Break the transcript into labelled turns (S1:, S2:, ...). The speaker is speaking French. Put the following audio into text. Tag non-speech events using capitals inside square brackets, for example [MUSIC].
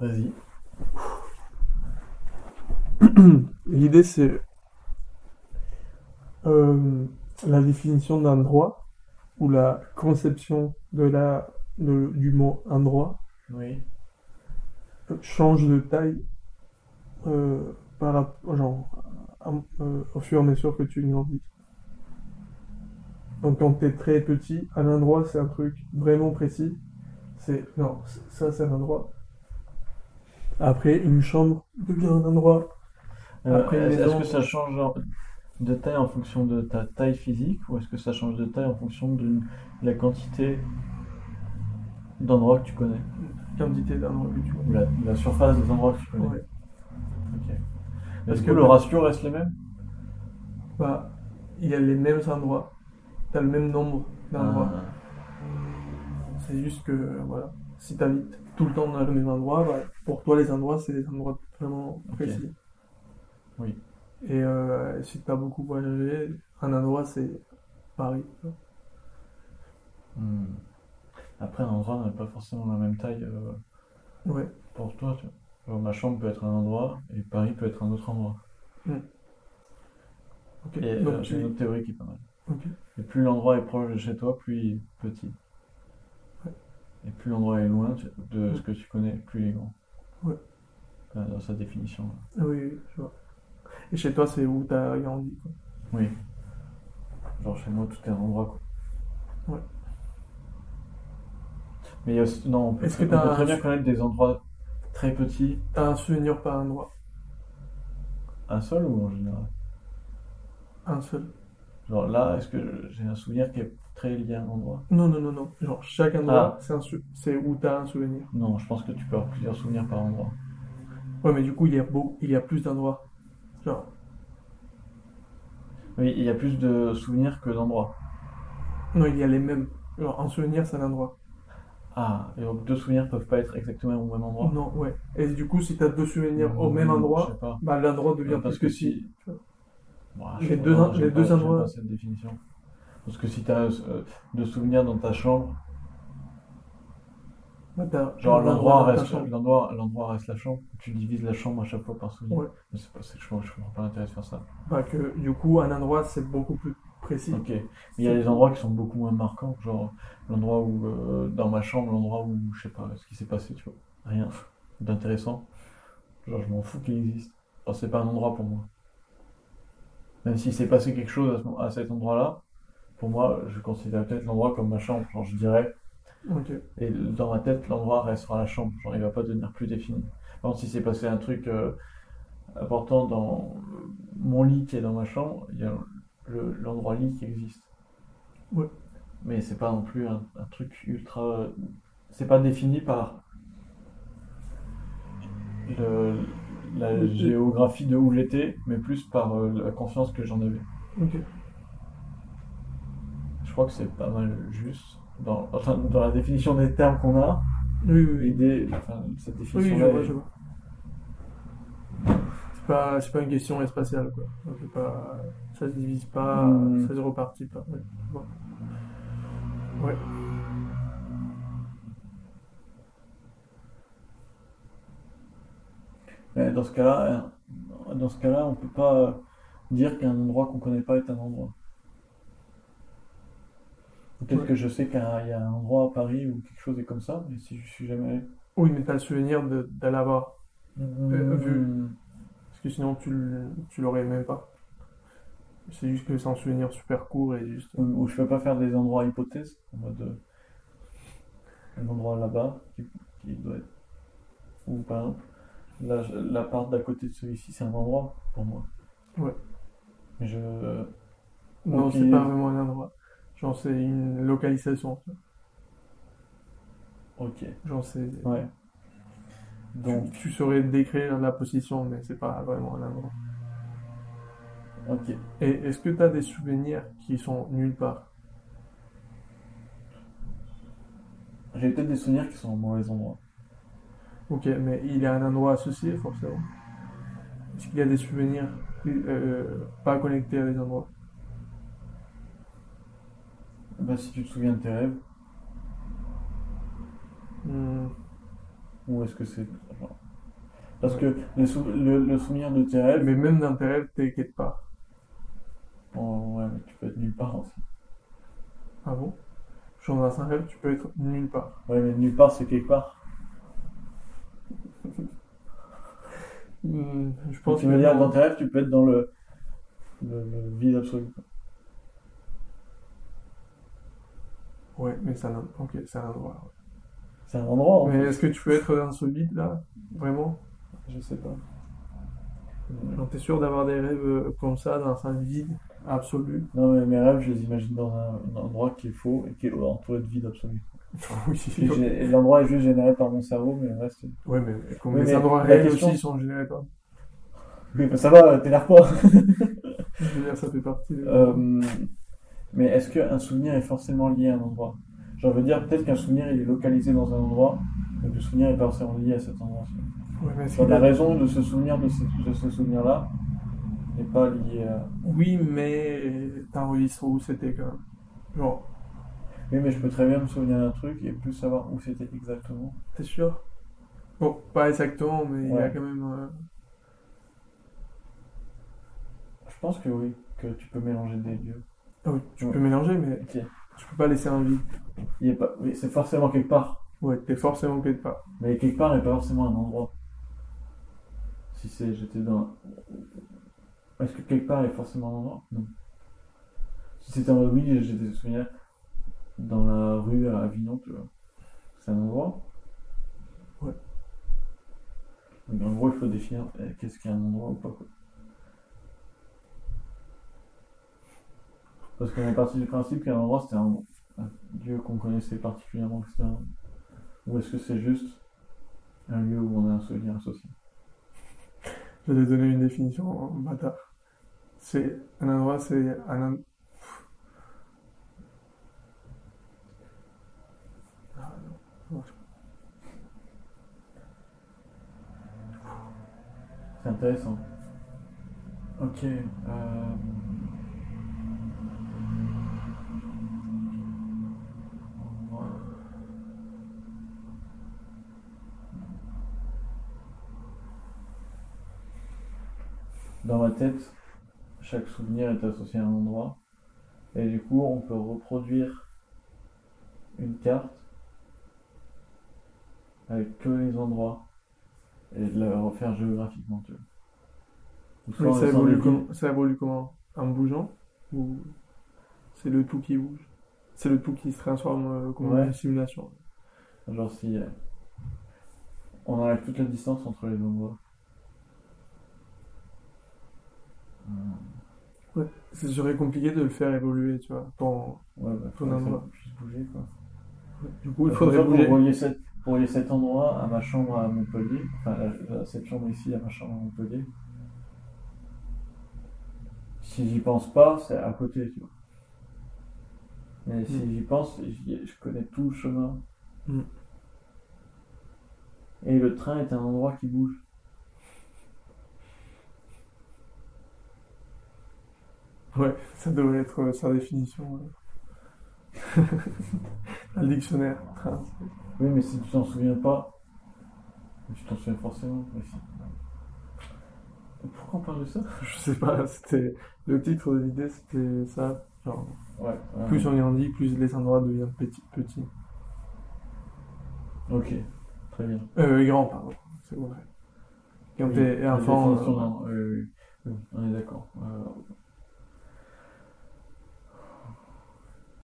S1: Vas-y.
S2: L'idée, c'est euh, la définition d'un droit ou la conception de la, de- du mot un droit
S1: Oui.
S2: euh, change de taille euh, par, rap- genre, à- euh, au fur et à mesure que tu grandis. Donc quand tu es très petit, un endroit c'est un truc vraiment précis. C'est non, c- ça c'est un endroit. Après une chambre devient un endroit.
S1: Euh,
S2: Après,
S1: est-ce
S2: maison.
S1: que ça change en- de taille en fonction de ta taille physique ou est-ce que ça change de taille en fonction de la quantité d'endroits que tu connais
S2: Quantité d'endroits que tu vois.
S1: Ou la, la surface des endroits que tu connais
S2: Ouais.
S1: Ok.
S2: Parce
S1: Est-ce
S2: que-
S1: que le ratio reste le même
S2: Bah, il y a les mêmes endroits. T'as le même nombre d'endroits.
S1: Ah.
S2: C'est juste que, euh, voilà, si t'habites tout le temps dans le même endroit, bah, pour toi, les endroits, c'est des endroits vraiment
S1: Ok.
S2: précis.
S1: Oui.
S2: Et euh, si t'as beaucoup voyagé, un endroit, c'est Paris. tu vois.
S1: Ah, hmm. Après, un endroit n'a pas forcément la même taille euh,
S2: Ouais.
S1: pour toi. tu vois. Genre, ma chambre peut être un endroit et Paris peut être un autre endroit.
S2: Ok.
S1: Et
S2: Donc,
S1: euh,
S2: tu-
S1: j'ai une autre théorie qui est pas mal.
S2: ok.
S1: Et plus l'endroit est proche de chez toi, plus il est petit.
S2: Ouais.
S1: Et plus l'endroit est loin tu- de ce que tu connais, plus il est grand.
S2: Ouais.
S1: Là, Dans sa définition. hein. là.
S2: Ah oui, oui, je vois. Et chez toi, c'est où t'as grandi, quoi.
S1: Oui. Genre chez moi, tout est un endroit. Quoi.
S2: Ouais.
S1: Mais il y a aussi- non, on peut,
S2: Est-ce que
S1: on
S2: t'as
S1: peut très
S2: un-
S1: bien connaître des endroits très petits,
S2: T'as un souvenir par endroit.
S1: un seul ou en général
S2: Un seul.
S1: Genre là, est-ce que j'ai un souvenir qui est très lié à un endroit
S2: Non, non, non, non. Genre, chaque
S1: Ah.
S2: endroit, c'est un sou- c'est où t'as un souvenir.
S1: Non, je pense que tu peux avoir plusieurs souvenirs par endroit.
S2: Ouais, mais du coup, il y a, beau... il y a plus d'endroits. Genre,
S1: Oui, il y a plus de souvenirs que d'endroits.
S2: non, il y a les mêmes. Genre, un souvenir, c'est un endroit.
S1: Ah, et donc deux souvenirs peuvent pas être exactement au même endroit
S2: Non, ouais. Et du coup, si t'as deux souvenirs au
S1: Mmh,
S2: même
S1: Je
S2: endroit,
S1: sais pas. Euh,
S2: bah, l'endroit devient
S1: Parce
S2: plus
S1: que
S2: petit.
S1: si. Bah, je
S2: Les
S1: sais
S2: deux-
S1: pas,
S2: les
S1: j'aime
S2: deux
S1: pas- j'aime
S2: endroits-
S1: pas cette définition. Parce que si t'as euh, deux souvenirs dans ta chambre,
S2: Bah, t'as
S1: genre
S2: un
S1: l'endroit
S2: endroit dans ta
S1: reste,
S2: chambre.
S1: l'endroit, l'endroit reste la chambre, tu divises la chambre à chaque fois par souvenir.
S2: Ouais.
S1: Mais c'est pas, c'est que je, je comprends pas l'intérêt de faire ça.
S2: Bah, que du coup, un endroit, c'est beaucoup plus précis.
S1: Ok. Mais il y a des endroits qui sont beaucoup moins marquants, genre l'endroit où, euh, dans ma chambre, l'endroit où, je sais pas, ce qui s'est passé, tu vois. Rien d'intéressant. Genre, je m'en fous qu'il existe. Enfin, c'est pas un endroit pour moi. Même s'il s'est passé quelque chose à, ce mo- à cet endroit-là, pour moi, je considère peut-être l'endroit comme ma chambre, genre je dirais.
S2: Ok.
S1: Et dans ma tête, l'endroit restera la chambre, genre il va pas devenir plus défini. Par contre, si s'est passé un truc euh, important dans mon lit qui est dans ma chambre, il y a le- l'endroit lit qui existe.
S2: Ouais.
S1: Mais c'est pas non plus un, un truc ultra. C'est pas défini par le- la
S2: Le-
S1: géographie de où j'étais, mais plus par euh, la confiance que j'en avais.
S2: Ok.
S1: Je crois que c'est pas mal juste dans, enfin, dans la définition des termes qu'on a.
S2: Oui, oui, oui.
S1: L'idée, enfin, cette
S2: Oui,
S1: définition
S2: je vois, je vois. C'est pas, c'est pas une question spatiale, quoi. Donc, c'est pas, ça se divise pas,
S1: Hmm.
S2: ça se repartit pas. Ouais. je vois. Ouais.
S1: Mais dans ce cas-là, euh, dans ce cas-là, on peut pas euh, dire qu'un endroit qu'on connaît pas est un endroit. Peut-être
S2: Ouais.
S1: que je sais qu'il y a un- il y a un endroit à Paris où quelque chose est comme ça, mais si je suis jamais allé.
S2: Oui, mais t'as le souvenir de- d'aller la voir. Euh, vu. Parce que sinon, tu, l- tu l'aurais même pas. C'est juste que c'est un souvenir super court et juste.
S1: Ou, ou je peux pas faire des endroits hypothèses, en mode euh, un endroit là-bas qui, qui doit être. Ou par exemple, la- l'appart d'à côté de celui-ci, c'est un endroit pour moi.
S2: Ouais.
S1: Mais je. euh,
S2: Non,
S1: Ok.
S2: c'est pas vraiment un endroit. Genre, c'est une localisation. tu vois.
S1: Ok.
S2: Genre, c'est.
S1: Ouais.
S2: Tu,
S1: Donc,
S2: tu saurais décrire la position, mais c'est pas vraiment un endroit.
S1: ok.
S2: Et est-ce que t'as des souvenirs qui sont nulle part?
S1: J'ai peut-être des souvenirs qui sont au mauvais endroit.
S2: Ok, mais il y a un endroit associé, forcément. Est-ce qu'il y a des souvenirs euh, pas connectés à des endroits?
S1: Bah, si tu te souviens de tes rêves,
S2: Hmm,
S1: ou est-ce que c'est genre, Parce que le, sou- le- le souvenir de tes rêves,
S2: Mais même dans tes rêves, t'es quelque part.
S1: bon, oh, ouais, mais tu peux être nulle part aussi.
S2: Ah bon Genre dans un rêve, tu peux être nulle part.
S1: Ouais, mais nulle part, c'est quelque part.
S2: Hmm, je pense
S1: tu veux
S2: que
S1: dire,
S2: non.
S1: dans tes rêves, tu peux être dans le, le, le vide absolu.
S2: Ouais, mais ça n'a- ok, c'est un endroit. ouais.
S1: C'est un endroit, hein. en
S2: Mais est-ce que tu peux être dans ce vide là Vraiment
S1: fait. Je sais pas.
S2: Genre, t'es sûr d'avoir des rêves euh, comme ça, dans un vide absolu
S1: Non, mais mes rêves, je les imagine dans un, un endroit qui est faux et qui est entouré de vide absolu.
S2: [LAUGHS] [LAUGHS] Oui,
S1: Et j'ai- et l'endroit est juste généré par mon cerveau, mais le reste. c'est-
S2: Ouais, mais comme
S1: Oui,
S2: les
S1: mais
S2: endroits
S1: la
S2: réels
S1: question-
S2: aussi, ils sont générés par.
S1: Oui, bah, ça va, t'énerve pas.
S2: Je veux dire, ça fait partie de.
S1: Euh, mais est-ce qu'un souvenir est forcément lié à un endroit J'en veux dire, peut-être qu'un souvenir il est localisé dans un endroit, mais que le souvenir est forcément lié à cet endroit.
S2: Ouais, mais est-ce
S1: Sur
S2: qu'il
S1: la
S2: a-
S1: raison de ce souvenir, de ce, de ce souvenir-là, n'est pas lié à.
S2: Oui, mais euh, t'enregistres où c'était quand même. Genre,
S1: Oui, mais je peux très bien me souvenir d'un truc et plus savoir où c'était exactement.
S2: t'es sûr Bon, pas exactement, mais il y a
S1: Ouais.
S2: quand même. euh,
S1: Je pense que oui, que tu peux mélanger des lieux.
S2: Ah oui, tu
S1: Ouais.
S2: peux mélanger, mais
S1: Ok.
S2: tu peux pas laisser un vide.
S1: Il y a pas... Oui, c'est forcément quelque part,
S2: Ouais, t'es forcément quelque part.
S1: mais quelque part n'est pas forcément un endroit. Si c'est, j'étais dans. Est-ce que quelque part est forcément un endroit Non. Si c'était en mode oui, j'ai des souvenirs dans la rue à Avignon, tu vois. C'est un endroit
S2: Ouais.
S1: Donc en gros, il faut définir euh, qu'est-ce qu'est un endroit ou pas. quoi. Parce qu'on est parti du principe qu'un endroit c'était un, un lieu qu'on connaissait particulièrement, etc. Ou est-ce que c'est juste un lieu où on a un souvenir associé
S2: Je vais te donner une définition en bâtard. C'est un endroit, c'est un. en- Pff. Ah non, ça marche pas.
S1: C'est intéressant. Ok. euh, Dans ma tête, chaque souvenir est associé à un endroit. Et du coup, on peut reproduire une carte avec que les endroits et de la refaire géographiquement. Tu vois. Ou soit
S2: Mais
S1: en
S2: ça
S1: laissant des
S2: évolue,
S1: villes.
S2: comment- ça évolue comment En bougeant Ou c'est le tout qui bouge C'est le tout qui se transforme euh, comme
S1: Ouais.
S2: une simulation
S1: Genre si euh, on enlève toute la distance entre les endroits. Hum,
S2: Ce serait compliqué de le faire évoluer, tu vois. ton-
S1: Ouais, bah,
S2: Tout
S1: faudrait que ça
S2: endroit.
S1: puisse bouger quoi.
S2: Du coup, il
S1: Parce que
S2: faudrait
S1: ça,
S2: bouger.
S1: Pour relier, cet, pour relier cet endroit à ma chambre à Montpellier, enfin la- la- cette chambre ici à ma chambre à Montpellier, si j'y pense pas, c'est à côté, tu vois. Mais si j'y pense, j'y- je connais tout le chemin.
S2: Mm.
S1: Hmm. Et le train est un endroit qui bouge.
S2: Ouais, ça devrait être euh, sa définition. ouais. [LAUGHS] Dans le dictionnaire. Train.
S1: Oui, mais si tu t'en souviens pas, tu t'en souviens forcément. mais si- Pourquoi on parle de ça
S2: Je sais pas, [LAUGHS] c'était. Le titre de l'idée, c'était ça. Genre,
S1: Ouais. euh, ouais.
S2: plus on grandit, plus les endroits deviennent petits. petits.
S1: Ok, très bien.
S2: Euh, grands, pardon. C'est vrai. Quand
S1: Oui,
S2: t'es
S1: la
S2: enfant.
S1: définition
S2: euh,
S1: d'un- oui, oui, oui. Euh,